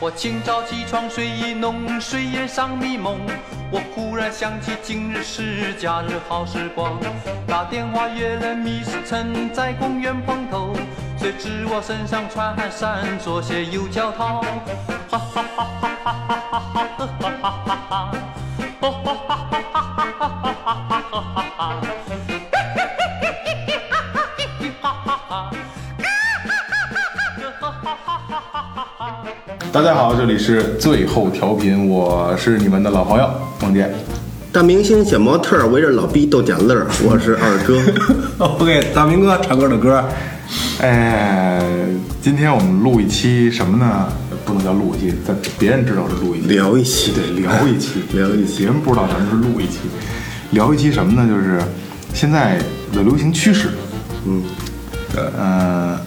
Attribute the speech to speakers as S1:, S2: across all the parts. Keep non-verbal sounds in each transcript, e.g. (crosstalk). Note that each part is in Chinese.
S1: 我清早起床睡意浓，睡眼尚迷蒙。我忽然想起今日是假日好时光，打电话约了迷失晨在公园碰头。谁知我身上穿汗衫，左鞋右脚套，哈哈哈哈哈哈哈哈呵哈哈哈哈，哦哈哈哈哈哈哈哈哈哈哈哈。
S2: 大家好，这里是最后调频，我是你们的老朋友孟杰。
S3: 大明星小模特儿围着老逼逗点乐儿，我是二哥。
S4: 我给大明哥唱歌的歌，
S2: 哎，今天我们录一期什么呢？不能叫录一期，但别人知道是录一期，
S3: 聊一期，
S2: 对，聊一期，
S3: (laughs) 聊一期
S2: 别人不知道咱们是录一期，聊一期什么呢？就是现在的流行趋势，嗯，呃，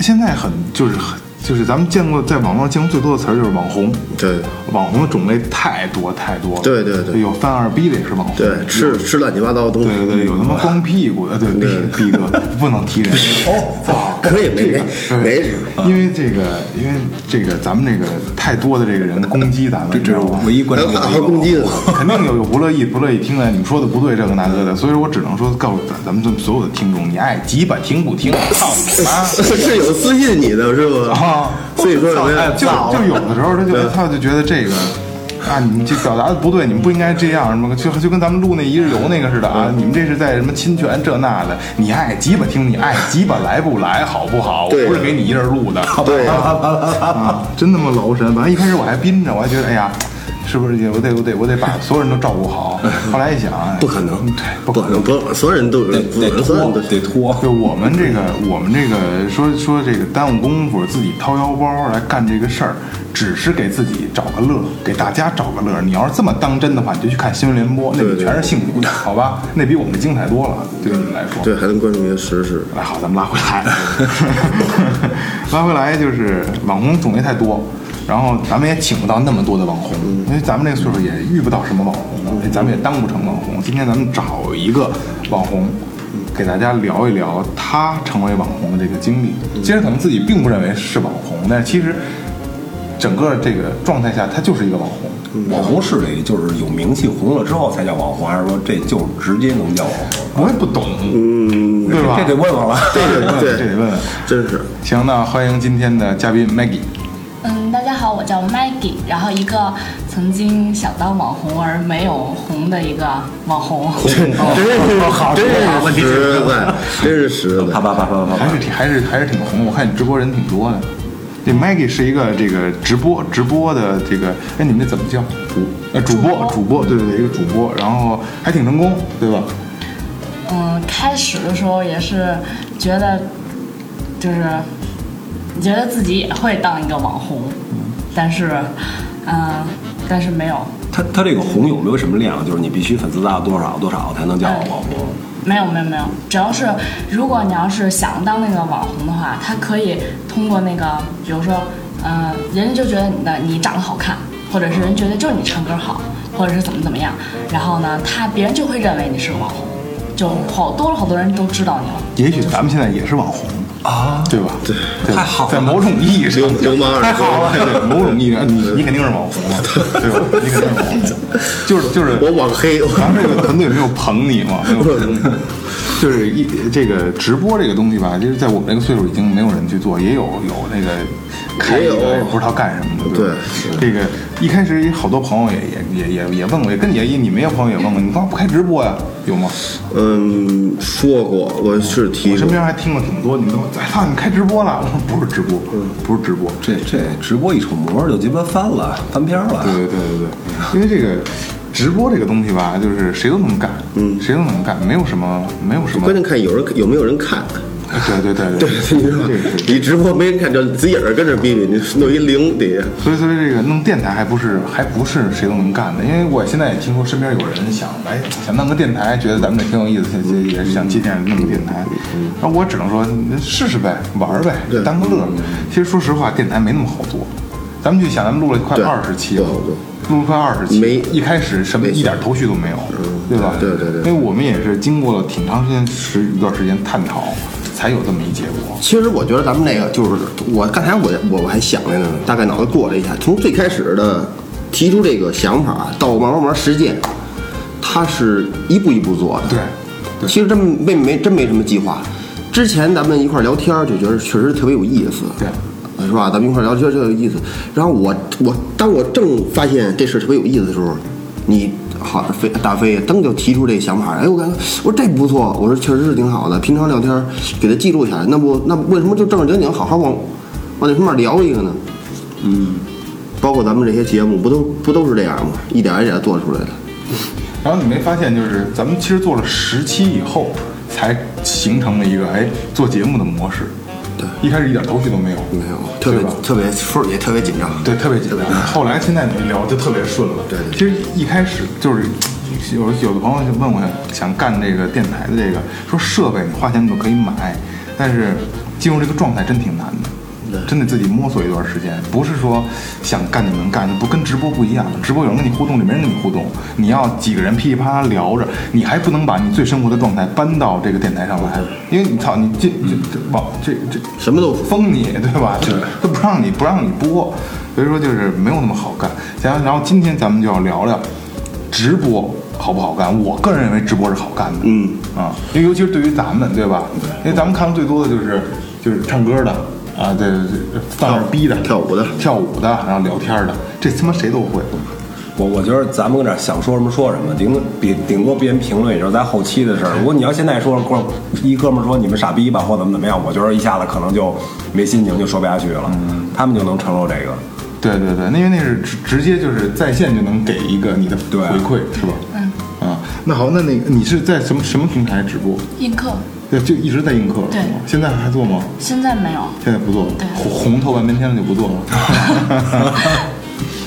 S2: 现在很就是很就是咱们见过在网络上见过最多的词儿就是网红，
S3: 对
S2: 网红的种类太多太多了，
S3: 对对对
S2: 有翻二逼的也是网红，
S3: 对，吃吃乱七八糟的东西，
S2: 对对对，有他妈光屁股的，对逼逼哥不能提这个哦，
S3: 可以
S4: 哎
S3: 没没没什么。
S2: 因为这个，因为这个，咱们这个太多的这个人攻击咱们，
S4: 这
S2: 你知
S4: 是
S2: 道
S4: 我
S2: 吗
S4: 唯一关注
S3: 还
S4: 的
S3: 有
S4: 一
S3: 还
S4: 个
S3: 有攻击的呢，
S2: 肯定有有不乐意不乐意听的，你们说的不对，这个那个的，所以说我只能说告诉咱咱们这所有的听众，你爱鸡巴听不听，操你妈！
S3: (laughs) 是有私信你的是吗
S2: 啊？，
S3: 所以说什么呀？
S2: 就就有的时候他就他就觉得这个。啊，你们这表达的不对，你们不应该这样，什么就就跟咱们录那一日游那个似的啊，你们这是在什么侵权这那的，你爱鸡巴听，你爱鸡巴来不来，好不好？我
S3: 对
S2: 不是给你一人录的，
S3: 对
S2: (laughs) 啊，真他妈劳神。本来一开始我还憋着，我还觉得哎呀，是不是我得我得我得把所有人都照顾好。后来一想，哎
S3: 不可能
S2: 对，不
S3: 不
S2: 可能
S3: 可。能，不，所有人都有
S4: 得
S3: 人，不
S4: 得
S3: 所有人
S4: 拖
S3: 都
S4: 得拖，
S2: 就我们这个，我们这个说说这个耽误功夫，自己掏腰包来干这个事儿，只是给自己找个乐儿，给大家找个乐儿。你要是这么当真的话，你就去看新闻联播，那
S3: 对
S2: 里
S3: 对
S2: 全是幸福的，好吧？那比我们精彩多了，对于你们来说。
S3: 对，还能关注一些时事。
S2: 哎，好，咱们拉回来， (laughs) 拉回来就是网红种类太多，然后咱们也请不到那么多的网红，因为咱们这个岁数也遇不到什么网红了，哎咱们也当不成网红。今天咱们找一个网红，给大家聊一聊他成为网红的这个经历。其实可能自己并不认为是网红，但是其实整个这个状态下，他就是一个网红。
S4: 网红是得就是有名气红了之后才叫网红，还是说这就直接能叫网红？
S2: 我也不懂，嗯，对吧？
S4: 这得问问了。
S3: 这个
S2: 这得
S3: 对，
S2: 问。
S3: 真是
S2: 行，那欢迎今天的嘉宾 Maggie。
S5: 嗯，大家好，我叫 Maggie，然后一个曾经想当网红而没有红的一个网红。
S3: 真是好，真是实在，真是实在。
S4: 啪啪啪啪啪
S2: 还
S4: 啪
S2: 是！挺还是还是挺红，我看你直播人挺多的。这 Maggie 是一个这个直播直播的这个，哎，你们这怎么叫主？呃，主播主播，对对对，一个主播，然后还挺成功，对吧？
S5: 嗯，开始的时候也是觉得，就是觉得自己也会当一个网红，但是，嗯，但是没有，
S4: 他他这个红有没有什么量？就是你必须粉丝达到多少多少才能叫网红？
S5: 没有，没有，没有。只要是如果你要是想当那个网红的话，他可以通过那个，比如说，呃，人家就觉得你的你长得好看，或者是人觉得就是你唱歌好，或者是怎么怎么样，然后呢，他别人就会认为你是个网红，就好多了好多人都知道你了。
S2: 也许咱们现在也是网红啊，对吧？对，
S4: 太好了
S2: 在某种意义上
S3: 流，流氓
S2: 太
S3: 二
S2: 好了，
S3: 哥，
S2: 对，某种意义上，你你肯定是网红了，对吧？你肯定是网红，就是就是
S3: 我网黑，我
S2: 咱们这个团队没有捧你嘛，没有捧你，就是一这个直播这个东西吧，就是在我们这个岁数已经没有人去做，也有有那个开一
S3: 也有
S2: 个也不知道干什么的，吧这个一开始好多朋友也也也也也问过，也跟你也你们也朋友也问过，你干嘛不开直播呀？有吗？
S3: 嗯说过，我是提
S2: 我身
S3: 过，
S2: 边还听了挺多，你们都哎操，你开直播了？我说不是直播，不是直播，
S4: 这这直播一出模就鸡巴翻了，翻篇了。
S2: 对对对对对，因为这个直播这个东西吧，就是谁都能干，嗯，谁都能干，没有什么没有什么
S3: 关，键看有人有没有人看。
S2: 对对对对
S3: 你知道吗
S2: 这个是。
S3: (laughs) 你直播没人看，就自己耳跟着逼逼，你弄一零底下，
S2: 所以所以这个弄电台还不是还不是谁都能干的，因为我现在也听说身边有人想哎想弄个电台，觉得咱们这挺有意思，也也是想借鉴弄个电台。那我只能说试试呗，玩儿呗，当个乐儿。其实说实话，电台没那么好做。咱们就想，咱们录了快
S3: 对
S2: 二十期了
S3: 不好做，
S2: 录了快二十期，
S3: 没
S2: 一开始什么
S3: 没错嗯
S2: 一点头绪都没有，对吧？
S3: 对对对
S2: 因为我们也是经过了挺长时间时一段时间探讨，才有这么一结果。
S3: 其实我觉得咱们这个就是我刚才我我我还想来着呢，大概脑子过了一下，从最开始的提出这个想法到慢慢慢慢实践，它是一步一步做的。
S2: 对，
S3: 其实真没没真没什么计划。之前咱们一块儿聊天儿就觉得确实特别有意思，
S2: 对，
S3: 是吧？咱们一块儿聊天儿特别有意思。然后我我当我正发现这事儿特别有意思的时候，你好飞大飞噔就提出这想法，哎，我感觉我说这不错，我说确实是挺好的。平常聊天儿给他记录下来，那不那为什么就正儿经经好好往往那方面聊一个呢？嗯，包括咱们这些节目不都不都是这样吗？一点儿一点儿做出来的。
S2: 然后你没发现，就是咱们其实做了十期以后，才形成了一个哎做节目的模式。
S3: 对，
S2: 一开始一点头绪都没有，
S3: 没有，特别
S2: 对吧
S3: 特别顺儿也特别紧张。
S2: 对，嗯特别简单。后来现在你聊就特别顺了。
S3: 对对对
S2: 其实一开始就是有有的朋友就问我想干这个电台的这个，说设备你花钱你都可以买，但是进入这个状态真挺难的，真得自己摸索一段时间。不是说想干就能干，不跟直播不一样，直播有人跟你互动，就没人跟你互动。你要几个人噼里啪啦聊着，你还不能把你最生活的状态搬到这个电台上来，因为你操你这这这网这这
S3: 什么都
S2: 封你，对吧？对，都不让你不让你播，所以说就是没有那么好干。然后，然后今天咱们就要聊聊直播好不好干？我个人认为直播是好干的，嗯啊，因为尤其是对于咱们，对吧？因为咱们看的最多的就是就是唱歌的啊，对对对，放着逼的，
S3: 跳舞的
S2: 跳舞的，然后聊天的，这他妈谁都会。
S4: 我我觉得咱们搁这儿想说什么说什么，顶多顶顶多别人评论也就是咱后期的事儿。如果你要现在说哥一哥们儿说你们傻逼吧或怎么怎么样，我觉得一下子可能就没心情，就说不下去了。他们就能承受这个。
S2: 对对对，那因为那是直直接就是在线就能给一个你的
S4: 对啊
S2: 回馈，是吧？嗯啊，那好，那那个你是在什么什么平台直播？
S5: 映客
S2: 对，就一直在映客，
S5: 对
S2: 是吗现在还做吗？
S5: 现在没有，
S2: 现在不做了
S5: 对，
S2: 红红透半边天了就不做
S5: (laughs)
S2: 了。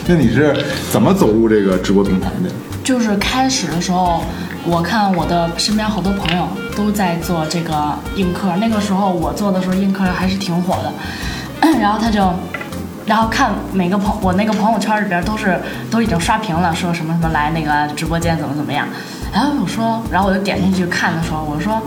S2: 那你是怎么走入这个直播平台的？
S5: 就是开始的时候，我看我的身边好多朋友都在做这个映客，那个时候我做的时候映客还是挺火的， (coughs) 然后他就。然后看每个朋我那个朋友圈里边都是都已经刷屏了，说什么什么来那个直播间怎么怎么样，然后我说，然后我就点进去看的时候，我说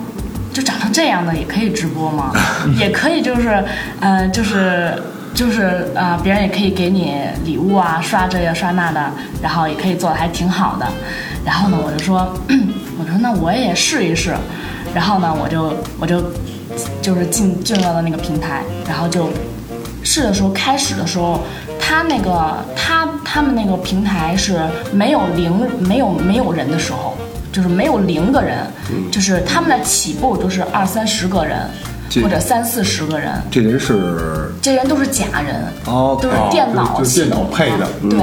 S5: 就长成这样的也可以直播吗？也可以，就是，呃，就是。就是呃，别人也可以给你礼物啊，刷这个刷那的，然后也可以做的还挺好的。然后呢，我就说， (clears throat) 我说那我也试一试。然后呢，我就我就就是进进入到那个平台，然后就试的时候，开始的时候，他那个他他们那个平台是没有零没有没有人的时候，就是没有零个人，
S2: 嗯
S5: 就是他们的起步都是二三十个人
S4: 这
S5: 或者三四十个人，
S4: 这人是
S5: 这人都是假人，
S4: 哦
S5: 都是电脑
S2: 就是
S5: 系
S2: 电脑
S5: 统
S2: 配的嗯
S5: 对，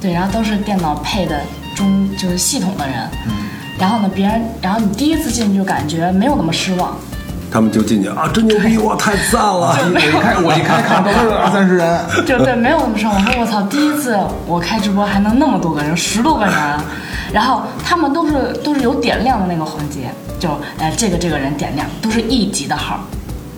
S5: 对，然后都是电脑配的中就是系统的人，
S2: 嗯
S5: 然后呢，别人，然后你第一次进去就感觉没有那么失望，
S4: 他们就进去啊，真牛逼，哇，太赞了！
S2: 我一看，我一看，看都是二三十人，
S5: 就是对，没有那么深。我说我操，第一次我开直播还能那么多个人，十多个人，啊然后他们都是都是有点亮的那个环节，就哎这个这个人点亮，都是一级的号。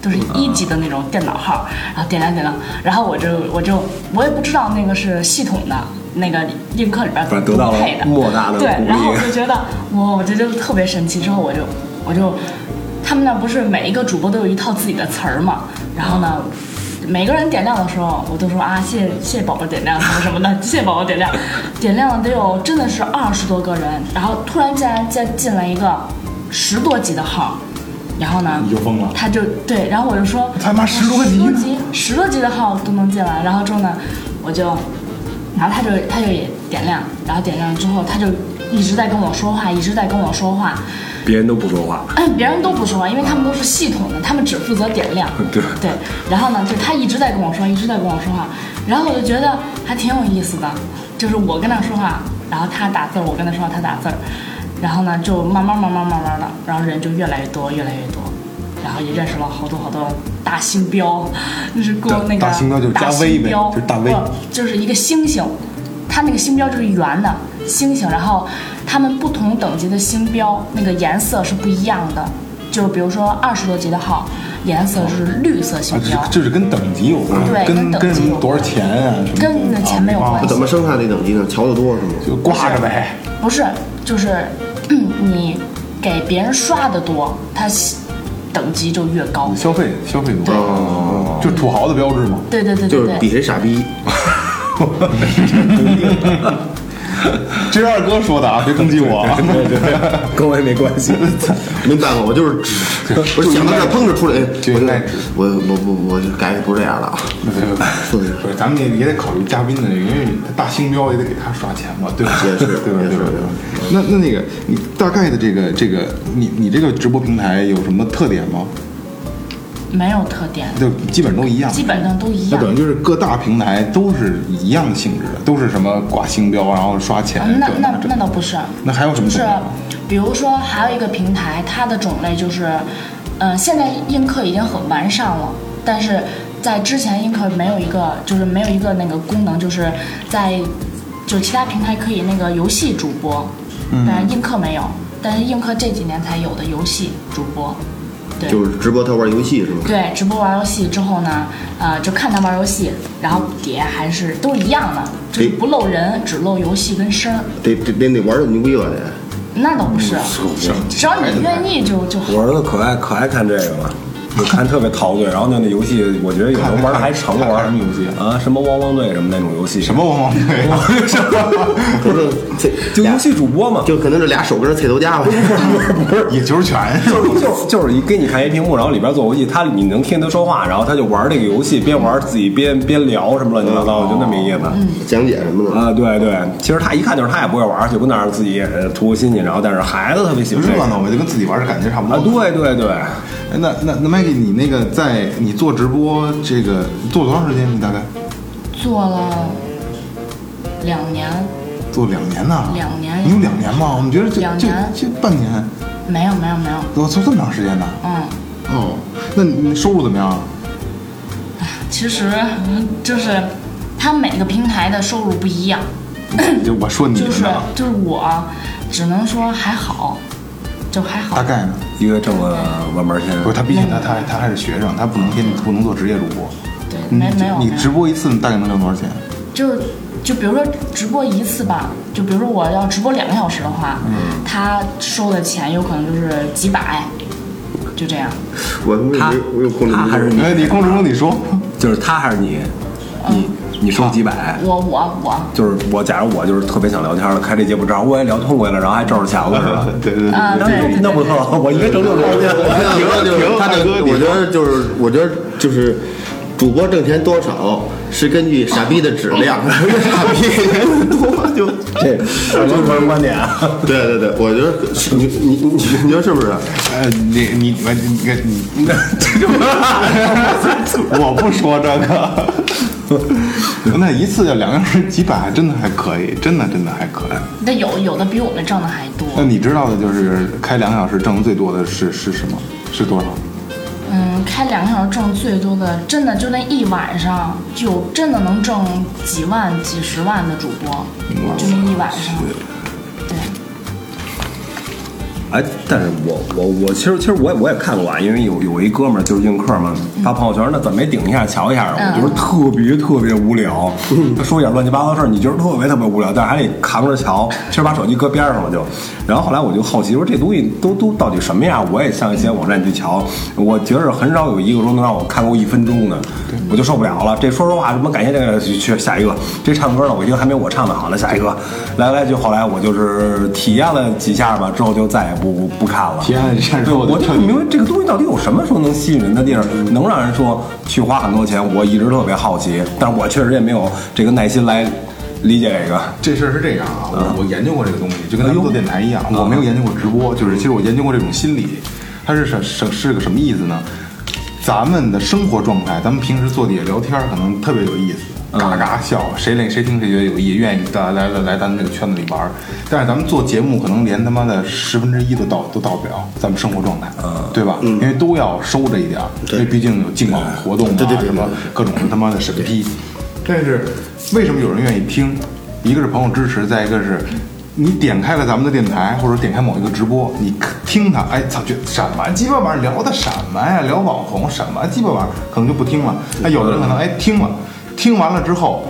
S5: 都是一级的那种电脑号，然后点亮点亮，然后我就我就我也不知道那个是系统的那个映客里边
S4: 反正得到了
S5: 配的，
S4: 莫大的
S5: 对
S4: 鼓，励
S5: 然后我就觉得我我这就特别神奇，之后我就我就他们那不是每一个主播都有一套自己的词儿嘛，然后呢。每个人点亮的时候，我都说啊，谢谢谢谢宝宝点亮什么什么的， (laughs) 谢谢宝宝点亮，点亮了得有真的是二十多个人，然后突然间再进来一个十多级的号，然后呢，
S2: 你就疯了
S5: 他就对，然后我就说
S2: 他妈十多个级呢
S5: 十多级十多级的号都能进来，然后之后呢，我就，然后他就他就也点亮，然后点亮之后他就一直在跟我说话，一直在跟我说话，
S4: 别人都不说话，
S5: 哎，别人都不说，因为他们都是系统的，他们只负责点亮。
S4: 对
S5: 对，然后呢，就他一直在跟我说，一直在跟我说话，然后我就觉得还挺有意思的，就是我跟他说话，然后他打字儿，我跟他说话，他打字儿，然后呢，就慢慢慢慢慢慢的，然后人就越来越多，越来越多。然后也认识了好多好多大星标， (laughs) 就是过
S2: 大
S5: 那个
S2: 大星标就是加 V 呗
S5: 星标
S2: 就是大 V
S5: 不就是一个星星，它那个星标就是圆的星星，然后它们不同等级的星标那个颜色是不一样的，就比如说二十多级的号，颜色是绿色星
S2: 啊，
S5: 标，
S2: 这这是跟等级有关，
S5: 对
S2: 跟
S5: 跟等级有
S2: 多少钱啊什么的，
S5: 跟那钱没有
S2: 啊
S5: 关系
S3: 怎么生下这等级呢？瞧得多是吗？
S2: 就挂着呗。
S5: 嗯不是就是你给别人刷的多，它等级就越高。
S2: 消费消费多，
S5: 对
S2: 哦就土豪的标志嘛。
S5: 对对对
S3: 就
S5: 对
S3: 是
S5: 对，
S3: 比谁傻逼。
S2: 这是二哥说的啊，别攻击我啊。
S4: 对对对，跟我也没关系。
S3: 没办法，我 (laughs) 就是直，我想到这儿砰就出来，哎
S2: 就应该直
S3: 我就我我我我就改不是这样了啊，
S2: 不是不是，不是，咱们也也得考虑嘉宾的那个，因为他大星标也得给他刷钱嘛，对吧？
S3: 也是
S2: 对吧？
S3: 也是
S2: 对吧？对吧？那那那个，你大概的这个这个，你你这个直播平台有什么特点吗？
S5: 没有特点，
S2: 就基本都一样。
S5: 基本上都一
S2: 那
S5: 样。
S2: 等于就是各大平台都是一样性质的，都是什么挂星标，然后刷钱
S5: 啊，那
S2: 这
S5: 那
S2: 这
S5: 哦那倒不是，
S2: 那还有什么
S5: 就
S2: 种
S5: 是啊
S2: 类呢？
S5: 比如说还有一个平台，它的种类就是，嗯、现在映客已经很完善了，但是在之前映客没有一个，就是没有一个那个功能，就是在就是其他平台可以那个游戏主播，但是映客没有，但是映客这几年才有的游戏主播，对。
S3: 就是直播他玩游戏是吗？
S5: 对，直播玩游戏之后呢，呃，就看他玩游戏，然后底下还是都一样的，就是不露人，只露游戏跟声儿。
S3: 得得得得玩的牛逼了得。
S5: 那倒不是，只要你愿意就就好。
S4: 我儿子可爱可爱看这个了。就看特别陶醉，然后就那游戏，我觉得有时候玩的还成，
S2: 看看看
S4: 玩
S2: 什么游戏
S4: 啊？什么汪汪队什么那种游戏？
S2: 什
S4: (laughs)
S2: 么汪汪队？
S5: (laughs)
S3: 不是 (laughs) 这
S4: 就游戏主播嘛，
S3: 就可能是俩手跟菜头家吧。 (laughs)
S2: 野球拳是吧？
S4: 就是就是 (laughs) 就是一给你看一屏幕，然后里边做游戏，他你能听他说话，然后他就玩这个游戏，边玩自己边边聊什么乱七八糟的，就那么一意思。
S3: 讲解什么的，
S4: 啊，对对，其实他一看就是他也不会玩，就跟那儿自己呃图个新鲜，然后但是孩子特别喜欢这个
S2: 热闹呗，就跟自己玩的感觉差不多。
S4: 啊，对对对，
S2: 哎那那那 Maggie，你那个在你做直播这个做多长时间？你大概
S5: 做了两年，
S2: 做两年呐、
S5: 两年
S2: 你有两年吗？我们觉得就
S5: 两
S2: 就
S5: 年
S2: 就半年，
S5: 没有没有没有，
S2: 我做这么长时间呢？
S5: 嗯，
S2: 哦，那你你收入怎么样？
S5: 其实嗯就是它每个平台的收入不一样，
S2: 就我说你的
S5: 嗯就是
S2: 呢，
S5: 就是我只能说还好，就还好
S2: 大。概呢？
S4: 一个月挣个万八千
S2: 不，是他，嗯毕竟他他他还是学生，他不能天不能做职业主播。
S5: 对，
S2: 你
S5: 没没有
S2: 嗯你
S5: 没有
S2: 直，播一次你大概能挣多少钱？
S5: 就是就比如说直播一次吧，就比如说我要直播两个小时的话，他收的钱有可能就是几百，就这样。
S3: 我没
S4: 他
S3: 有没有控制
S4: 他还是
S3: 住。
S4: 你
S2: 哎，你控制住你说，
S4: 就是他还是你，你你收几百。
S2: 啊
S5: 我我我
S4: 就是我，假如我就是特别想聊天了，开这节目正好我也聊痛快了，然后还挣着钱了， (laughs) 是吧？
S2: (laughs) 对对对，
S5: 啊，
S4: 那
S5: 对对对
S4: 那不错，我一个月挣六十块
S3: (laughs)
S4: 钱。
S3: 就是他
S2: 大哥
S3: 的，
S2: 你
S3: 我觉得就是我觉得就是主播挣钱多少是根据傻逼的质量，傻逼人多就 (laughs)
S4: 这这不是观点啊，
S3: 对对对，我觉得你你你你说是不是？
S2: 呃，你你你你你， (laughs) 我不说这 (laughs) 个。那一次要两个小时几百，真的还可以，真的真的还可以。
S5: 那有有的比我们挣的还多。
S2: 那你知道的就是开两个小时挣的最多的是是什么？是多少？
S5: 嗯，开两个小时挣最多的，真的就那一晚上，就真的能挣几万、几十万的主播，
S2: 嗯
S5: 就那一晚上。对，
S4: 哎，但是我我我其实其实我也我也看过啊，因为有有一哥们儿就是映客嘛，发朋友圈，那怎么没顶一下瞧一下？我觉得特别特别无聊，他说一点乱七八糟事儿，你觉得特别特别无聊，但是还得扛着瞧，其实把手机搁边上了就。然后后来我就好奇说这东西都都到底什么样？我也上一些网站去瞧，我觉着很少有一个说能让我看够一分钟的，我就受不了了。这说实话，什么感谢这个去去下一个，这唱歌呢，我觉得还没我唱的好呢，下一个。来来，就后来我就是体验了几下吧，之后就再也不不看了。
S2: 体验了一下之后
S4: 对我
S2: 就
S4: 就
S2: 彻底
S4: 不明白这个东西到底有什么时候能吸引人的地儿，能让人说去花很多钱。我一直特别好奇，但是我确实也没有这个耐心来理解这个。
S2: 这事儿是这样啊，
S3: 嗯
S2: 我我研究过这个东西，就跟咱
S3: 哎
S2: 们做电台一样，我没有研究过直播，就是其实我研究过这种心理，它是什什是个什么意思呢？咱们的生活状态，咱们平时坐底下聊天，可能特别有意思，
S3: 嗯
S2: 嘎嘎笑，谁累谁听谁觉得有意，愿意来来来来咱们这个圈子里玩儿。但是咱们做节目，可能连他妈的十分之一都到都到不了，咱们生活状态，
S3: 嗯
S2: 对吧？因为都要收着一点儿，因为毕竟有竞广活动啊，
S3: 对对对
S2: 什么各种他妈的审批。但是为什么有人愿意听？一个是朋友支持，再一个是你点开了咱们的电台，或者点开某一个直播，你听他，哎操，觉得什么鸡巴玩意儿聊的什么呀？聊网红什么鸡巴玩意儿，可能就不听了。哎，有的人可能哎听了，听完了之后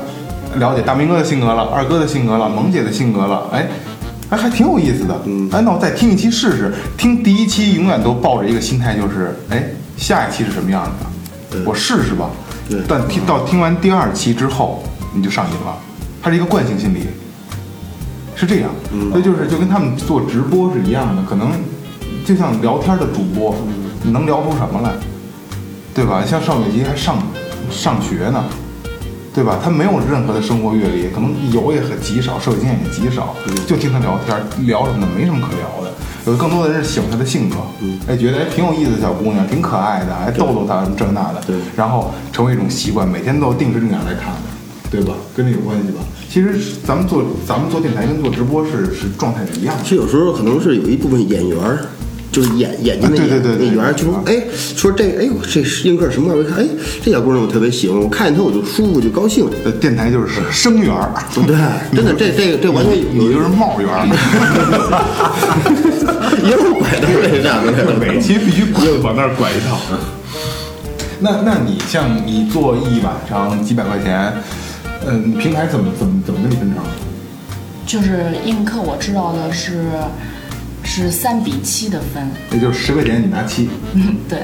S2: 了解大明哥的性格了，二哥的性格了，萌姐的性格了，哎。哎，还挺有意思的。嗯，哎，那我再听一期试试。听第一期永远都抱着一个心态，就是哎，下一期是什么样的，我试试吧。
S3: 对
S2: 但听到听完第二期之后，你就上瘾了，它是一个惯性心理，是这样。所以就是就跟他们做直播是一样的，可能就像聊天的主播，你能聊出什么来，对吧？像邵雪琪还上上学呢，对吧？他没有任何的生活阅历，可能有也很极少，社会经验也极少，就听他聊天儿，聊什么的没什么可聊的。有更多的人是喜欢他的性格，
S3: 嗯
S2: 哎，觉得哎挺有意思的小姑娘，挺可爱的，还逗逗她什么这那的，然后成为一种习惯，每天都定时定点来看，对吧？跟这有关系吧？其实咱们做咱们做电台跟做直播是是状态是一样的
S3: 其，实有时候可能是有一部分演员儿，就是眼眼睛
S2: 啊
S3: 的
S2: 对对
S3: 眼
S2: 对对
S3: 那圆儿，就说
S2: 啊
S3: 哎，说这哎呦这是映客什么玩意儿？我一看哎，这小姑娘我特别喜欢，我看见她我就舒服就高兴。
S2: 呃，电台就是生源儿，
S3: 对，
S2: (laughs)
S3: 真的这这这完全有
S2: 你就是冒
S3: (laughs)
S2: 源儿， (laughs)
S3: 一路拐到这上面了。
S2: 每期必须又往那儿拐一套。那那你像你做一晚上几百块钱，嗯，平台怎么怎么怎么跟你分成？
S5: 就是映客我知道的是是三比七的分， (laughs)
S2: 也就是十块钱你拿七，
S5: 对，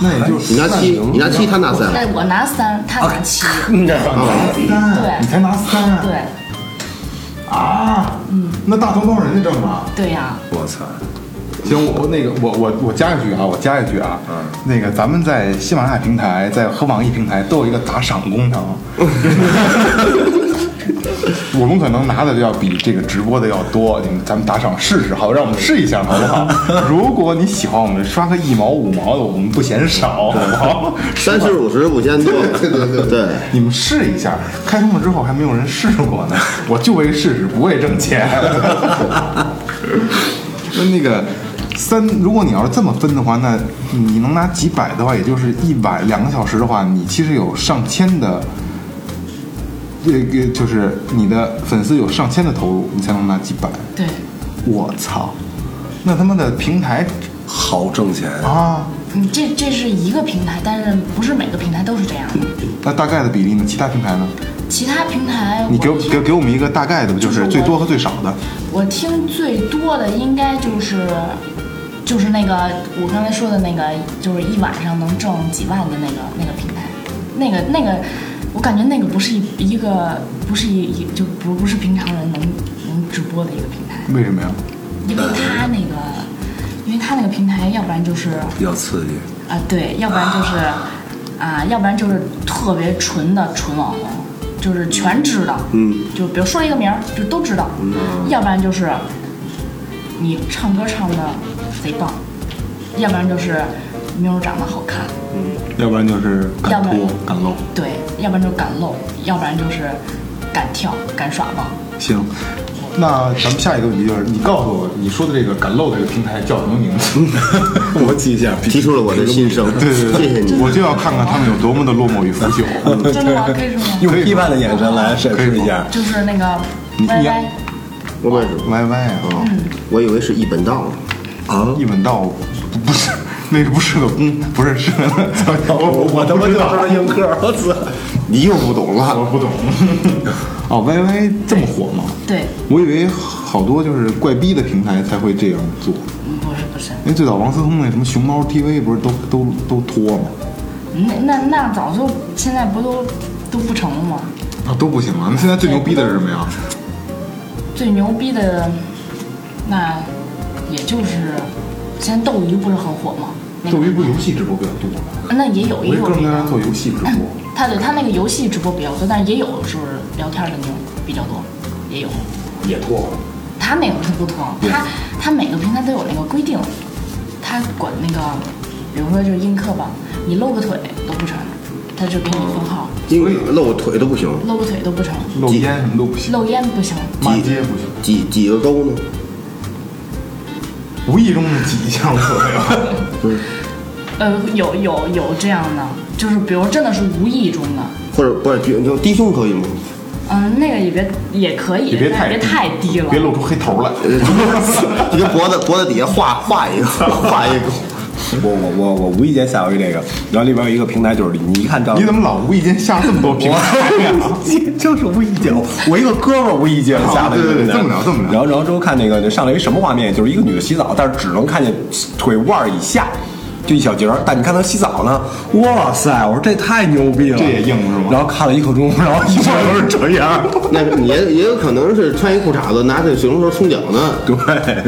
S2: 那也就
S3: 哎你拿七，你拿七，他拿
S2: 嗯
S3: 三，
S5: 那我拿三，他拿七，
S2: 你拿三，
S5: 对
S2: 你才拿三，
S5: 对
S2: 啊，那大头帮人家挣啊。
S5: 对呀、
S4: 我操！
S2: 行，我我那个我我我加一句啊，我加一句啊，嗯，那个咱们在喜马拉雅平台，在和网易平台都有一个打赏功能，我们可能拿的要比这个直播的要多，你们咱们打赏试试，好，让我们试一下，好不好？如果你喜欢我们，刷个一毛五毛的，我们不嫌少，好不好？
S3: 三十五十五千多。对对对对，
S2: 你们试一下，开通了之后还没有人试过呢， (laughs) 我就为试试，不为挣钱。 (laughs) 那那个三，如果你要是这么分的话，那你能拿几百的话，也就是一百两个小时的话，你其实有上千的，这个就是你的粉丝有上千的投入，你才能拿几百。
S5: 对，
S2: 我操，那他妈的平台
S4: 好挣钱啊！
S2: 啊！
S5: 嗯，这这是一个平台，但是不是每个平台都是这样的。
S2: 那大概的比例呢？其他平台呢？
S5: 其他平台
S2: 你给我
S5: 我听
S2: 给给我们一个大概的吧，就是最多和最少的。
S5: 我听最多的应该就是就是那个我刚才说的那个，就是一晚上能挣几万的那个那个平台，那个那个，我感觉那个不是一一个不是一一就不不是平常人能能直播的一个平台，
S2: 为什么呀？
S5: 因为他那个。因为他那个平台，要不然就是啊、
S4: 比较刺激，
S5: 对，要不然就是啊、要不然就是特别纯的纯网红，就是全知道，嗯，就比如说一个名儿，就都知道，嗯，要不然就是你唱歌唱的贼棒，要不然就是妞儿长得好看，
S2: 要不然就是
S5: 要
S2: 敢
S5: 不然
S2: 脱敢露。
S5: 对，要不然就敢露，要不然就是敢跳敢耍棒。
S2: 行，那咱们下一个问题就是，你告诉我你说的这个敢露的这个平台叫什么名 (laughs) 字？
S4: 我记一下。
S3: 提出了我的心声。
S2: 对对
S3: 谢谢
S2: 对，
S3: 你。
S2: 我就要看看他们有多么的落寞与腐朽。
S5: 真的吗？可以说吗？
S4: 用批判的眼神来审视一下，
S5: 就是那个
S2: 你
S5: 歪
S2: 你
S5: 歪，
S3: 我也是，
S2: 歪歪啊，
S3: 我以为是一本道呢。啊，
S2: 一本道不不是，那不是个公，不是是个。我我他妈就知道
S4: 映客，我操！
S2: (laughs)
S3: 你又不懂
S2: 我
S3: 了。
S2: 不懂。 (laughs) 哦，歪歪这么火吗？
S5: 对，
S2: 我以为好多就是怪逼的平台才会这样做，
S5: 嗯不是不是，
S2: 因为最早王思聪那什么熊猫 TV 不是都都都脱吗？
S5: 那那那早就现在不都都不成了吗？
S2: 啊，都不行了。那现在最牛逼的是什么呀？
S5: 最牛逼的那也就是现在斗鱼不是很火吗？那个
S2: 斗鱼不是游戏直播比较多吗？
S5: 那也有
S2: 我
S5: 也
S2: 一
S5: 有
S2: 哥们
S5: 这
S2: 儿在那做
S5: 个，
S2: 游戏直播，
S5: (clears throat) 他对他那个游戏直播比较多，但是也有是聊天的那种比较多，也有。
S2: 也脱。
S5: 他那个是不同，他他每个平台都有那个规定，他管那个，比如说就是映客吧，你露个腿都不成，他就给你封号，
S3: 因为露腿都不行，
S5: 露个腿都不成，
S2: 露烟什么都不行，
S5: 露烟不行，
S2: 骂街不行，
S3: 几几个勾呢？
S2: 无意中的挤一下无所谓了。
S5: 呃，有有有这样的，就是比如真的是无意中的，
S3: 或者不是低低胸可以吗？ (laughs)
S5: 嗯，那个也别也可以，
S2: 也别
S5: 但
S2: 太
S5: 别太低了，呃
S2: 别露出黑头来。
S3: (laughs) 你就脖子脖子底下画画一个，画一个，
S4: 我我我我无意间下过一这个，然后里边有一个平台，就是你一看照哎
S2: 你怎么老无意间下这么多平台呀？
S4: 就是无意间，我一个哥们儿无意间下的一个
S2: 对对对这
S4: 平台
S2: 么聊这么聊
S4: 然后然后之后看那个就上来一什么画面，就是一个女的洗澡，但是只能看见腿腕儿以下。就一小截儿，但你看她洗澡呢，哇塞！我说这太牛逼了，
S2: 这也硬是吗
S4: 然后看了一刻钟，然后一会儿都是这
S2: (laughs)
S4: 样。
S3: 那是也也有可能是穿一裤衩子，拿着水龙头冲脚呢。
S4: 对，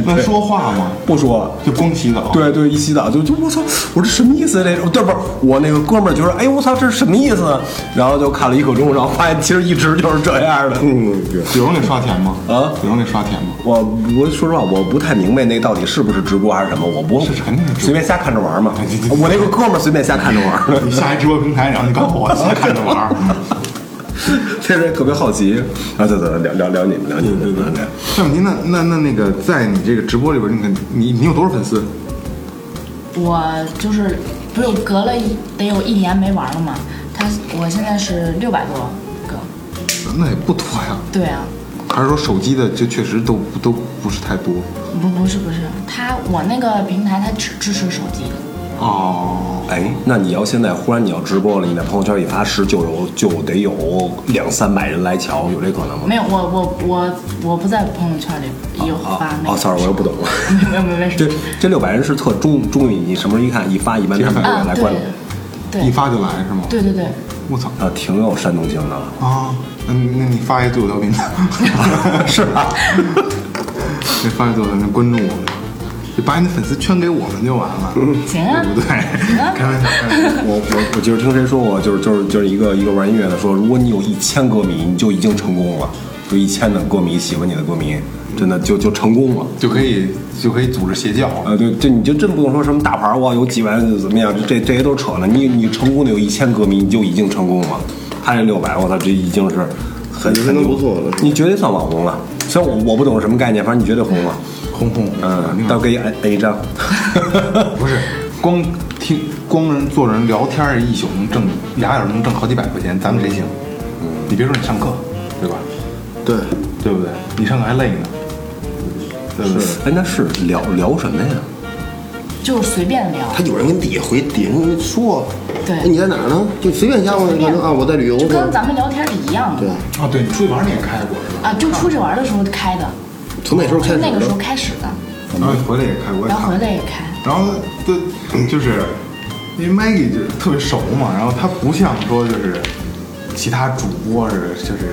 S2: 那
S4: 对
S2: 说话吗？
S4: 不说，
S2: 就光洗澡。，
S4: 对对，一洗澡就就我操，我这什么意思啊？这对不是我那个哥们儿觉得，哎我操，这是什么意思啊？然后就看了一口钟，然后发现其实一直就是这样的。
S3: 嗯，
S2: 有人给刷钱吗？
S4: 啊
S2: 有人给刷钱吗？
S4: 我我说实话，我不太明白那到底是不是直播还是什么，我不
S2: 是肯定是直播
S4: 随便瞎看着玩嘛
S2: 对对。对
S4: 我那个哥们儿随便瞎看着玩儿，
S2: 你下一直播平台，然后你告诉我，先看着玩
S5: (laughs)
S2: 儿。嗯
S4: 这人特别好奇。啊，对对，对聊聊聊你们，聊你们，聊你们。
S2: 郑明，那那那那个，在你这个直播里边，那个你你有多少粉丝？
S5: 我就是不是隔了一得有一年没玩了吗？他我现在是六百多个，
S2: 那也不多呀。
S5: 对啊，
S2: 还是说手机的就确实都都不是太多
S5: 不不是不是，他我那个平台他只支持手机，
S2: 哦。
S4: 哎，那你要现在忽然你要直播了，你在朋友圈一发十，就有就得有两三百人来瞧，有这可能吗？
S5: 没有我我我我不在朋友圈里有发那个。
S4: 哦，sorry，我又不懂了。
S5: 没有没有没
S4: 这
S5: 事。
S4: 这六百人是特忠忠于你，什么时候一看一发，一般他们
S5: 啊
S4: 会来
S5: 对
S4: 关注。
S2: 一
S5: 对
S2: 发就来是吗？
S5: 对对对，
S2: 我操
S4: 啊，挺有煽动性的了。
S2: 啊！那那你发一最有调频 (laughs) 的，
S4: 是啊，
S2: 你发一最有调频，关注我们，就把你的粉丝圈给我们就完了，
S5: 行啊
S2: 对不对？ (laughs) 开玩笑，开玩笑。
S4: 我我我就是听谁说过，就是就是就是一个一个玩音乐的说，如果你有一千歌迷，你就已经成功了，就一千的歌迷喜欢你的歌迷，真的就就成功了。
S2: 就可以就可以组织邪教了。
S4: 啊，对，这你就真不用说什么大牌儿哇，有几万怎么样，这这些都是扯呢。你你成功的有一千歌迷，你就已经成功了。他这六百，我操，这已经是很
S3: 已经
S4: 很牛
S3: 不错了
S4: 你绝对算网红了。虽然我我不懂什么概念，反正你绝对红了。
S2: 红红，
S4: 嗯，到给你摁摁一 (laughs) 张。
S2: 呃不是光听光人坐人聊天儿一宿能挣俩小时能挣好几百块钱，咱们谁行？你别说你上课，对吧？
S3: 对，
S2: 对不对？你上课还累呢，对不对？
S4: 哎，那是聊聊什么呀？
S5: 就是随便聊。
S3: 他有人跟底下回，底下人说，
S5: 对
S3: 哎你在哪儿呢？就随便加我，
S5: 随
S3: 可
S5: 便
S3: 能啊，我在旅游
S5: 就
S3: 或
S5: 跟
S3: 者
S5: 咱们聊天是一样的
S3: 对，
S2: 啊，对你出去玩儿你也开过是吧？
S5: 啊，就出去玩的时候开的，
S3: 从那时候开
S5: 就
S3: 始
S5: 那个时候
S3: 的。
S5: 开始的，
S2: 然后啊回来也开，我也
S5: 然后回
S2: 看。
S5: 来也开。
S2: 然后对，就是因为 Maggie 就是特别熟嘛，然后她不像说就是其他主播似的，就是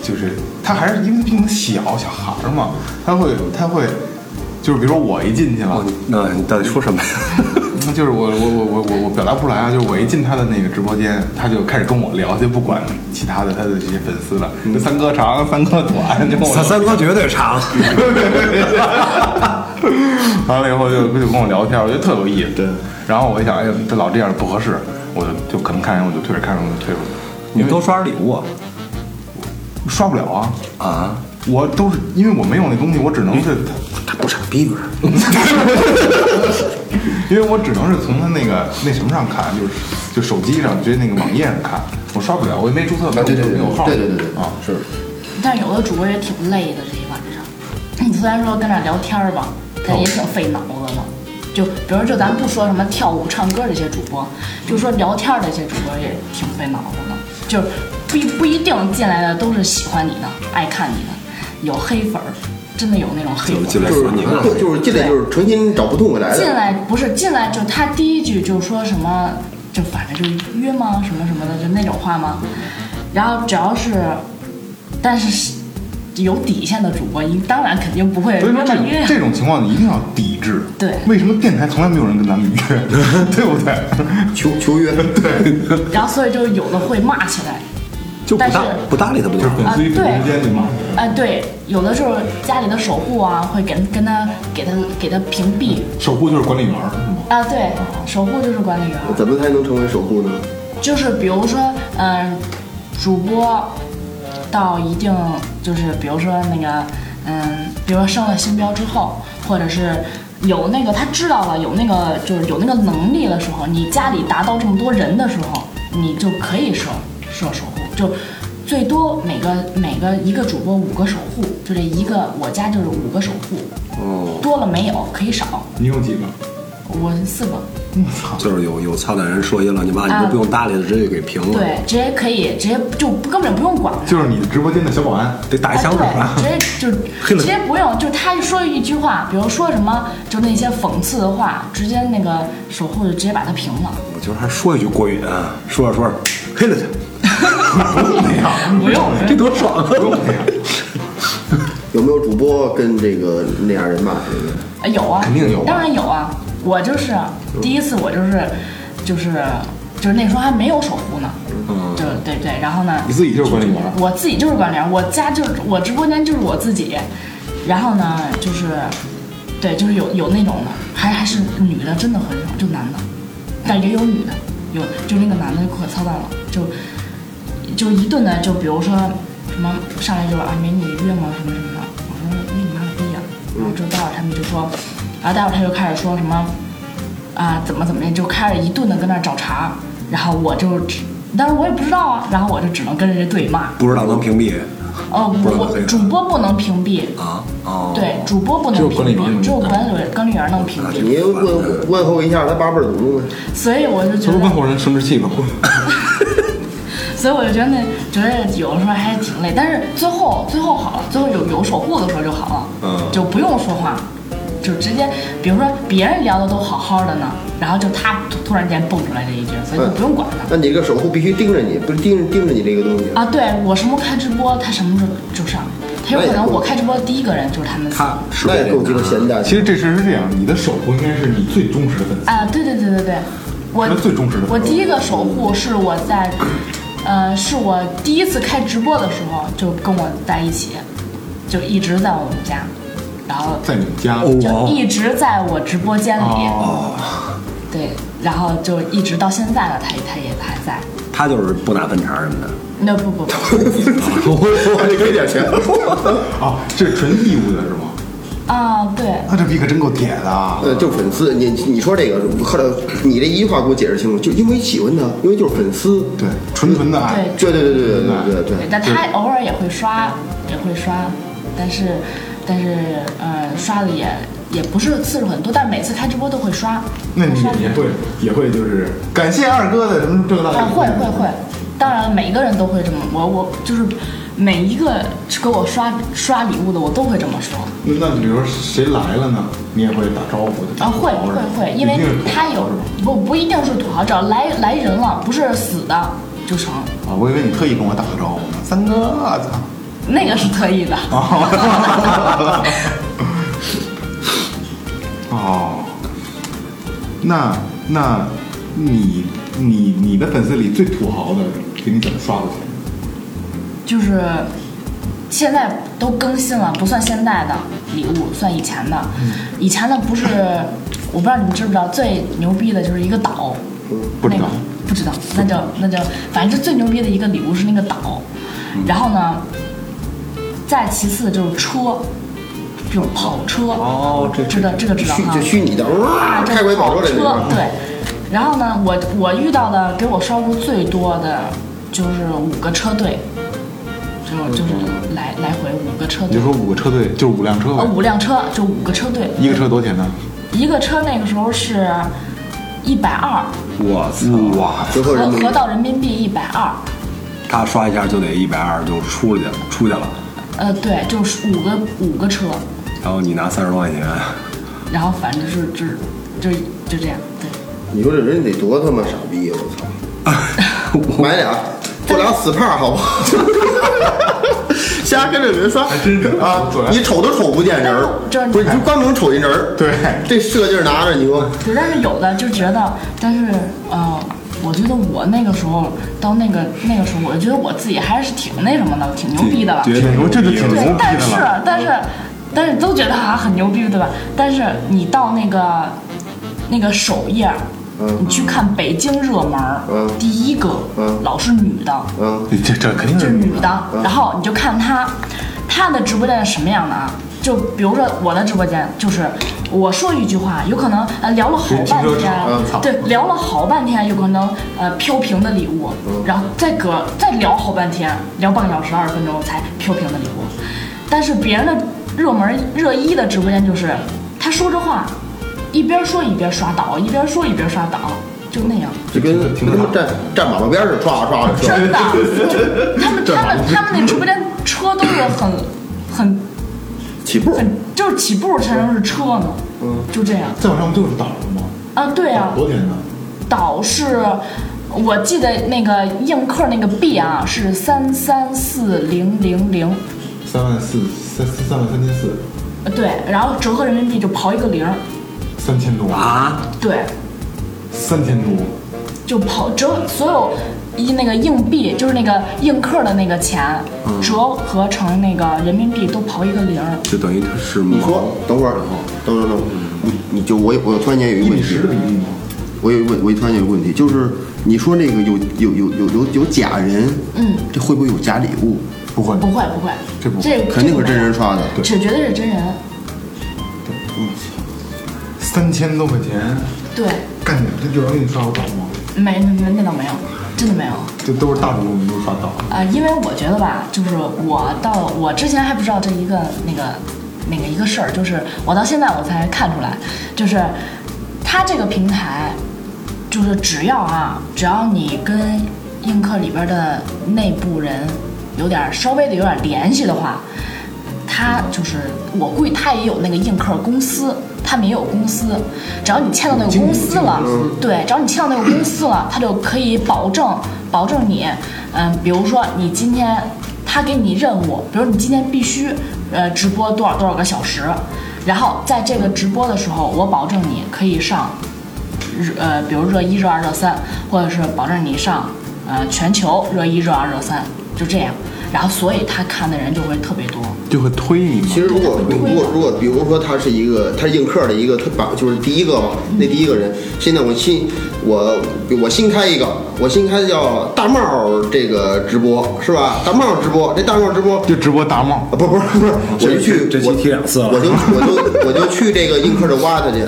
S2: 就是她还是因为毕竟小小孩儿嘛，她会她会就是比如说我一进去了
S4: 哦，，你那你到底说什么呀？
S2: 那就是我我我我我我表达不出来啊！就是我一进他的那个直播间，他就开始跟我聊，就不管其他的他的这些粉丝了。就三哥长，三哥短，就跟我
S4: (laughs) 三三哥绝对长。
S2: (laughs) 完了以后就就跟我聊天，我觉得特有意思。对。然后我一想，哎呦，这老这样不合适，我就就可能看见我就退着，看着我就退出去，
S4: (laughs) 你多刷点礼物啊
S2: 刷不了啊！
S4: 啊！
S2: 我都是因为我没有那东西，我只能
S3: (laughs)
S2: 是，
S3: 他不傻逼不是？
S2: 因为我只能是从他那个那什么上看，就是就手机上直接那个网页上看，我刷不了，我也没注册，
S3: 啊对对对
S2: 没有号，
S3: 对对对对
S2: 啊，
S3: 是。
S5: 但是有的主播也挺累的，这一晚上，你虽然说跟那儿聊天儿吧，
S4: 哦
S5: 但也挺费脑子的。就比如就咱不说什么跳舞、唱歌这些主播，就说聊天儿的这些主播也挺费脑子的，就是不一不一定进来的都是喜欢你的、爱看你的，有黑粉儿，真的有那种黑
S4: 就是进
S5: 粉儿。
S4: 来
S3: 就是
S4: 烦你了。
S3: 就是进来就是重新找不痛快
S2: 哎
S3: 来
S5: 进
S3: 的。
S5: 来不是进来，就他第一句就说什么，就反正就约吗，什么什么的，就那种话吗？然后只要是，但是是有底线的主播，你当然肯定不会
S2: 所以说
S5: 让
S2: 这
S5: 他
S2: 种
S5: 哎约呀。
S2: 这种情况你一定要抵制。
S5: 对
S2: 为什么电台从来没有人跟咱们约，
S3: (laughs)
S2: 对不对？
S3: 求求 (laughs) 约，
S5: 然后所以就有的会骂起来，
S4: 就不
S5: 但是
S4: 搭不搭理他不
S2: 就
S4: 就是
S5: 啊
S3: (laughs)
S2: 粉丝与粉丝之间对骂。
S5: 哎、对，有的时候家里的守护啊，会给跟他给他给他屏蔽
S2: 守护就是管理员儿，是吗？
S5: 啊，对，守护就是管理员。
S3: 怎么才能成为守护呢？
S5: 就是比如说，嗯、主播到一定就是比如说那个，嗯，比如说升了星标之后，或者是有那个他知道了有那个就是有那个能力的时候，你家里达到这么多人的时候，你就可以设设守护，就最多每个每个一个主播五个守护，就这一个我家就是五个守护，
S3: 哦，
S5: 多了没有可以少，
S2: 你有几个？
S5: 我是四个，
S3: 嗯
S4: 就是有有操蛋人说一了，你妈你
S5: 啊
S4: 都不用搭理他，直接就给屏了。
S5: 对，直接可以直接就根本不用管了。
S2: 就是你直播间的小保安，
S4: 得打一响指啊！
S5: 哎对，
S2: (laughs)
S5: 直接就直接不用，就他说一句话，比如说什么，就那些讽刺的话，直接那个守护就直接把他平了，
S4: 我就是还说一句国语啊，说着说着，黑了他，
S2: 嗯
S5: 不用。
S4: 这多爽啊！
S3: 有没有主播跟这个那样人骂谁的？
S5: 啊有啊，
S2: 肯定有啊
S5: 当然有啊。我就是第一次，我就是就是就是那时候还没有守护呢，嗯，就对对，然后呢，
S2: 你自己就是管理员，
S5: 我自己就是管理员，我家就是我直播间就是我自己，然后呢就是，对，就是有有那种的，还还是女的，真的很少，就男的，但也有女的，有就那个男的就可操蛋了，就就一顿的，就比如说什么上来就啊美女约吗什么什么的，我说哎约你妈个逼呀，啊然后就待会儿他们就说，然后待会儿他就开始说什么。啊，怎么怎么样，就开始一顿的跟那儿找茬，然后我就只，但是我也不知道啊，然后我就只能跟人家对骂。
S4: 不知道能屏蔽
S5: 哦，
S4: 不是
S5: 我
S4: 很
S5: 主播不能屏蔽，
S4: 啊？哦，
S5: 对，主播不
S2: 只有
S5: 能屏
S2: 管理员能
S5: 蔽，只有管理管理员能屏蔽。
S3: 你问问候一下他八辈儿祖宗呗。
S5: 所以我就
S2: 这
S5: 觉
S2: 不是问
S5: 得，
S2: 候人生殖器吗？
S5: 所以我就觉得那觉得有的时候还是挺累，但是最后最后好了，最后有有守护的时候就好了，
S4: 嗯
S5: 就不用说话。就直接，比如说别人聊的都好好的呢，然后就他突突然间蹦出来这一句，所以就不用管他。
S3: 那你这个守护必须盯着你，不是盯盯着你这个东西。
S5: 啊，对我什么时候开直播，他什么时候就上，他有可能我开直播的第一个人就是他们四个。
S4: 他是
S3: 那也够鸡巴
S4: 闲
S3: 闲的。
S2: 其实这事儿是这样，你的守护应该是你最忠实的粉丝。
S5: 啊，对对对对对，我
S2: 他最忠实的
S5: 我第一个守护是我在，呃，是我第一次开直播的时候就跟我在一起，就一直在我们家，然后
S2: 在你们家，
S5: 就一直在我直播间里，
S2: 哦，
S5: 对，然后就一直到现在了，他也他也还在。
S4: 他就是不拿分茬什么的。
S5: 那
S2: (laughs)
S5: 不不不
S3: 还得给点钱。
S2: 啊，这是纯义务的是吗？
S5: 啊，对，
S2: 那这逼可真够铁的啊！
S3: 呃，就是粉丝，你你说这个，后来你这一句话给我解释清楚，就因为喜欢他，因为就是粉丝。
S2: 对，纯纯的爱。
S5: 对
S3: 对对对对对对对
S5: 对，但他偶尔也会刷，也会刷，但是但是呃，刷的也也不是次数很多，但每次开直播都会刷。
S2: 那你
S5: 刷的
S2: 也会也会就是感谢二哥的什么这个那
S5: 啊，
S2: 个。
S5: 会会会，当然每一个人都会这么，我我就是每一个给我刷刷礼物的，我都会这么说。
S2: 那那比如说谁来了呢，你也会打招呼的
S5: 啊，会会会，因为他有不不一定是土豪，只要来来人了，不是死的就成，
S2: 啊，我以为你特意跟我打个招呼呢，三哥，啊我操！
S5: 那个是特意的。
S2: (laughs) 哦，那那你你你的粉丝里最土豪的，给你怎么刷过去？
S5: 就是现在都更新了，不算现在的礼物，算以前的。以前的不是，我不知道你们知不知道，最牛逼的就是一个岛，
S2: 不知道
S5: 那个不知道，那就那就，反正就最牛逼的一个礼物是那个岛，然后呢，再其次就是车，这种跑车。
S4: 哦，这
S5: 知道这个知道
S3: 虚
S5: 哈
S3: 就。虚拟的，哇，
S5: 啊，这
S3: 开回跑
S5: 跑
S3: 车来
S5: 车
S3: 那
S5: 对。然后呢，我我遇到的给我刷过最多的就是五个车队，就就是来来回五个车
S2: 你
S5: 队
S2: 就，说五个车队，就是五辆车
S5: 呃
S2: 呗，
S5: 五辆车就五个车队，
S2: 一个车多少钱呢？
S5: 一个车那个时候是一百二，
S4: 我操！哇，
S3: 最后
S5: 合
S3: 人民币
S5: 合到人民币一百二，
S4: 他刷一下就得一百二就出去了，出去了，
S5: 呃对，就是五个五个车，
S4: 然后你拿三十多块钱，
S5: 然后反正就是就是就是就这样，对。
S3: 你说这人得多他妈傻逼呀！我操，买俩，做俩死胖好不好？ (laughs) 瞎跟着人刷，还
S2: 真是
S3: 啊
S2: 做！俩
S3: 你瞅都瞅不见人儿
S5: 这样，
S3: 不是你就光能瞅见人儿。
S2: 对
S3: 这这劲儿拿着，你说
S5: 对，但是有的就觉得，但是呃，我觉得我那个时候到那个那个时候，我觉得我自己还是挺那什么的，挺牛逼的了。
S4: 觉得
S2: 我这就挺牛逼
S5: 对，但是
S2: 的了。
S5: 但是但是都觉得好像很牛逼，对吧？但是你到那个那个首页儿，你去看北京热门儿，
S3: 嗯
S5: 第一个、
S3: 嗯
S5: 老是女的，
S3: 啊，
S2: 这这肯定
S5: 就是是女的，
S2: 嗯
S5: 然后你就看她，她的直播间是什么样的啊？就比如说我的直播间，就是我说一句话，有可能呃聊了好半
S2: 停车
S5: 天
S2: 场嗯操，
S5: 对，聊了好半天，有可能呃飘屏的礼物，
S2: 嗯
S5: 然后再隔再聊好半天，聊半个小时二十分钟才飘屏的礼物。但是别人的热门热一的直播间就是，他说这话，一边说一边刷倒，一边说一边刷倒，就那样。
S3: 就跟
S2: 挺
S3: 跟他
S2: 好
S3: 们站站马路边儿似的，唰唰的
S5: 真的，就他们他们他们那直播间车都是很很
S3: 起步。
S5: 很就是起步才能是车呢，嗯，就这样
S6: 再往上不就是倒了吗？
S5: 啊，对啊，
S6: 多天呐，
S5: 岛是，我记得那个映客那个币啊是三三四零零零，
S6: 三万四三三万三千四，
S5: 对，然后折合人民币就刨一个零儿，
S6: 三千多，
S4: 啊，
S5: 对，
S6: 三千多，
S5: 就刨折所有一那个硬币就是那个映客的那个钱，折合成那个人民币都刨一个零儿，
S4: 就等于它是
S3: 你
S4: 你
S3: 说，等会儿，等等等会儿，你你就我有我突然间有一个
S6: 一
S3: 问
S6: 比
S3: 题，
S6: 十的比例吗？
S3: 我有一问，我突然有一个问题，就是你说那个有有有有有有假人，
S5: 嗯，
S3: 这会不会有假礼物？
S6: 不会，
S5: 不会不会，
S6: 这不
S5: 这
S3: 肯定是真人
S5: 这
S3: 刷的，
S5: 个没有，这绝对是真人，
S6: 三千多块钱，
S5: 对，
S6: 干你这有人给你刷过倒吗？
S5: 没没那倒没有，真的没有。
S6: 这都是大主播，你都刷倒。
S5: 啊，因为我觉得吧，就是我到我之前还不知道这一个那个那个一个事儿，就是我到现在我才看出来，就是它这个平台，就是只要啊，只要你跟映客里边的内部人有点儿稍微的有点儿联系的话，他就是我估计他也有那个映客公司，他们也有公司，只要你签到那个公司了，对，只要你签到那个公司了，他就可以保证保证你，嗯，比如说你今天他给你任务，比如你今天必须呃直播多少多少个小时，然后在这个直播的时候，我保证你可以上日呃，比如热一、热二、热三，或者是保证你上呃全球热一、热二、热三，就这样。然后，所以他看的人就会特别多。
S2: 就会推你嘛
S3: 其。实如果如果如果比如说他是一个他是映客的一个他榜就是第一个嘛，那第一个人，现在我新我我新开一个，我新开叫大帽儿这个直播是吧？大帽儿直播，这大帽儿直播
S2: 就直播达帽
S3: 啊，，不不是不是，我就去
S4: 这这
S3: 我
S4: 期踢两次了
S3: 我就我就我就去这个映客的挖他去。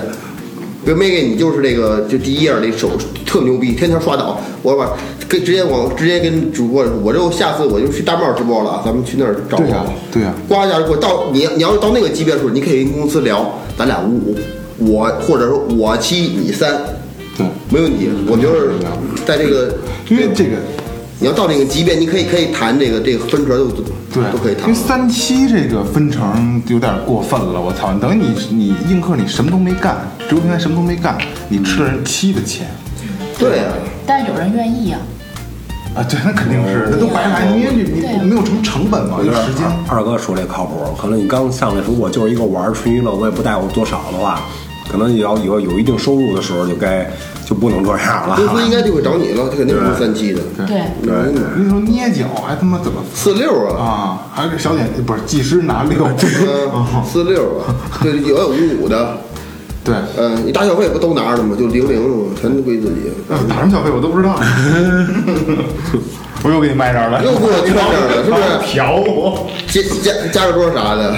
S3: 比如 Megan，你就是这个就第一页那手特牛逼，天天刷倒。我把跟直接我直接跟主播说，我就下次我就去大帽直播了，咱们去那儿找我。
S2: 对
S4: 啊
S2: 呀对呀
S3: 刮一下，我到你你要是到那个级别的时候，你可以跟公司聊，咱俩五五，我或者说我七你三，
S2: 对，
S3: 没问题。
S4: 嗯
S3: 我觉得在这个
S2: 因为这个
S3: 你要到那个级别，你可以可以谈这个这个分成都
S2: 对
S3: 都可以
S2: 因
S3: 谈
S2: 为。三期这个分成有点过分了，我操！等于你你映客你什么都没干，直播平台什么都没干，你吃了人七的钱
S3: 对啊
S4: 啊
S3: 呀、
S5: 但是有人愿意啊，
S2: 啊！
S6: (laughs)
S2: 对，那肯定是，那都白来，因为你你你没有什么成本嘛，就时间。
S4: 二哥说这靠谱，可能你刚上来如果就是一个玩儿纯娱乐，我也不带我多少的话，可能也要有有一定收入的时候就该就不能这样
S2: 啊
S4: 了。
S3: 公司应该就会找你了，他肯定不是三七的。
S5: 对，
S2: 我跟你说捏脚还他妈怎么
S3: 四六啊，
S2: 啊？还是小姐不是技师拿六，
S3: 嗯，四六啊，对，有有五五的，
S2: (laughs) 对，
S3: 嗯，你打小费不都拿着吗？就零零了吗？全归自己。
S2: 啊 (laughs) 打什么小费我都不知道。我又给你卖这儿了，
S3: 又给我圈这儿了，是
S2: (laughs)
S3: 不是？
S6: 嫖我，
S3: 加加加个桌啥的，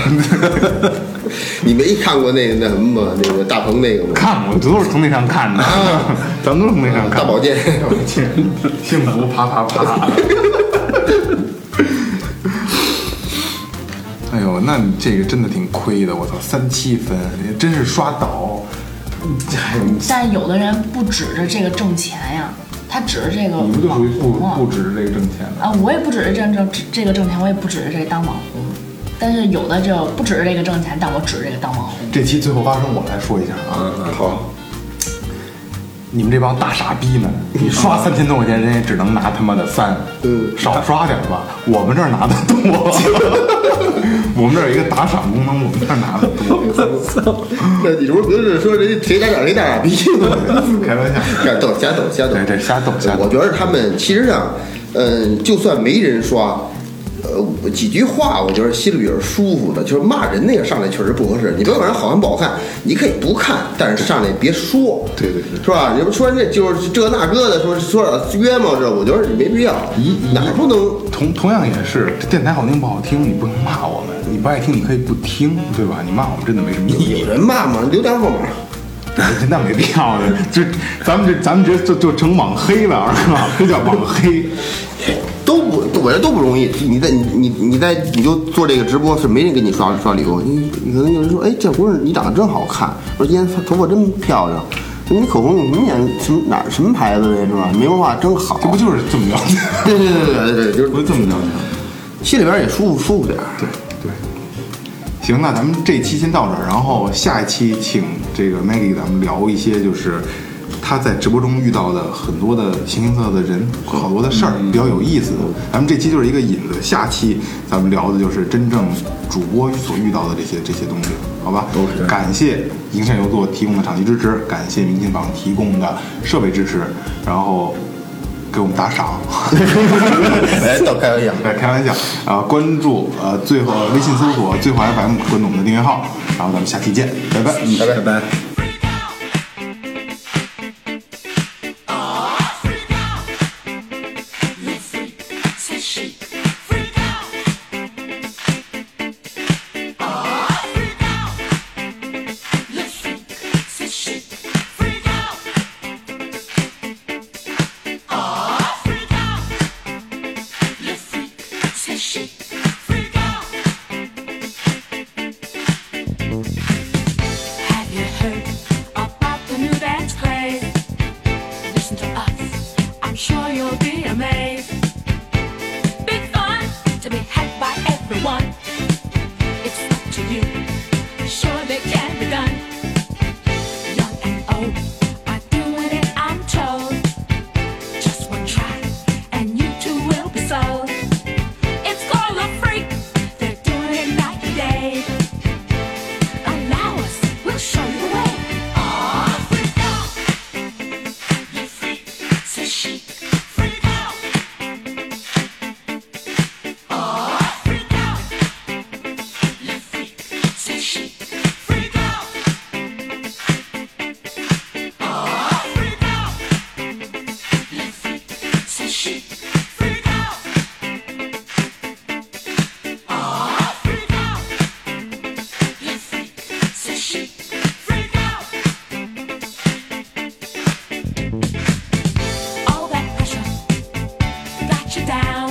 S3: (laughs) 你没看过那那什么吗？那个大鹏那个吗？
S2: 看过，这都是从那上看的，咱们都是从那上看
S3: 大
S2: 的。
S3: 保健，
S2: (laughs) 幸幸福啪啪啪。 (laughs) 哎呦，那你这个真的挺亏的，我操，三七分，真是刷倒。哎，
S5: 但是有的人不指着这个挣钱呀，他指着这个
S2: 你们就
S5: 网
S2: 属于不
S5: 红啊
S2: 不值这个挣钱的。
S5: 啊，我也不指着这挣这个挣钱，我也不指着这个当网红。但是有的就不指着这个挣钱，但我指着这个当网红。
S2: 这期最后发生，我来说一下啊，
S3: 好，
S2: 你们这帮大傻逼们，你刷三千多块钱，人家只能拿他妈的三，
S3: 嗯
S2: 少刷点吧。我们这儿拿的 (laughs) 多，我们这儿有一个打赏功能，我们这儿拿的多。
S3: 那你说不是说人家谁打脸谁打傻逼吗？ (laughs)
S2: 开玩笑，
S3: 瞎逗瞎逗瞎逗
S2: 对，对，瞎逗瞎
S3: 我
S2: 逗。
S3: 觉得他们其实上，嗯，就算没人刷，呃，我几句话我觉得心里也是舒服的。就是骂人那个上来确实不合适，你别管人好看不好看，你可以不看，但是上来别说，
S2: 对对对
S3: 是吧？你们说这就是这那个的，说说点冤枉这，我觉得没必要
S2: 一，
S3: 哪儿不能
S2: 同同样也是，这电台好听不好听，你不能骂我们，你不爱听你可以不听，对吧？你骂我们真的没什么意义
S3: 有，人骂吗？留电话号码，
S2: 那没必要的。就咱们这咱们这就就成网黑了，是吧？这叫网黑。
S3: 都不，我觉得都不容易。你在你你你在你就做这个直播是没人给你刷刷礼物，你你可能有人说，哎，这姑娘你长得真好看，说今天头发真漂亮，你口红用什么颜什么哪儿什么牌子的是吧？玫瑰花真好，
S2: 这不就是这么着？
S3: (laughs) 对对对对对，就是
S2: 不是这么着？
S3: 心里边也舒服舒服点儿。
S2: 对对。行，那咱们这期先到这儿，然后下一期请这个 Maggie 咱们聊一些就是他在直播中遇到的很多的形形色色的人和好多的事儿，比较有意思的。咱们这期就是一个引子，下期咱们聊的就是真正主播所遇到的这些这些东西，好吧？感谢银山游作提供的场地支持，感谢明信坊提供的设备支持，然后给我们打赏。 (laughs)
S3: 哎，倒开玩笑。
S2: 对，开玩笑啊！关注呃，最后微信搜索“最后 FM”，关注我们的订阅号，然后咱们下期见，拜拜。
S4: 拜拜拜。
S7: Freak out! Have you heard about the new dance craze? Listen to us, I'm sure you'll be amazed. Big fun to be had by everyone. It's up to you, surely can be done. Young and old are doing it, I'm told. Just one try, and you too will be sold. It's called a freak, they're doing it night and day. Allow us, we'll show you the way. Aw, freak out. You freak, says she. Freak out. Aw, freak out. You freak, says she. Freak out. Aw, freak out. You freak, says she. Freak out. Aw, freak out. You freak, says she. Freak out. All that pressure got you down. Oh, Ah, Oh,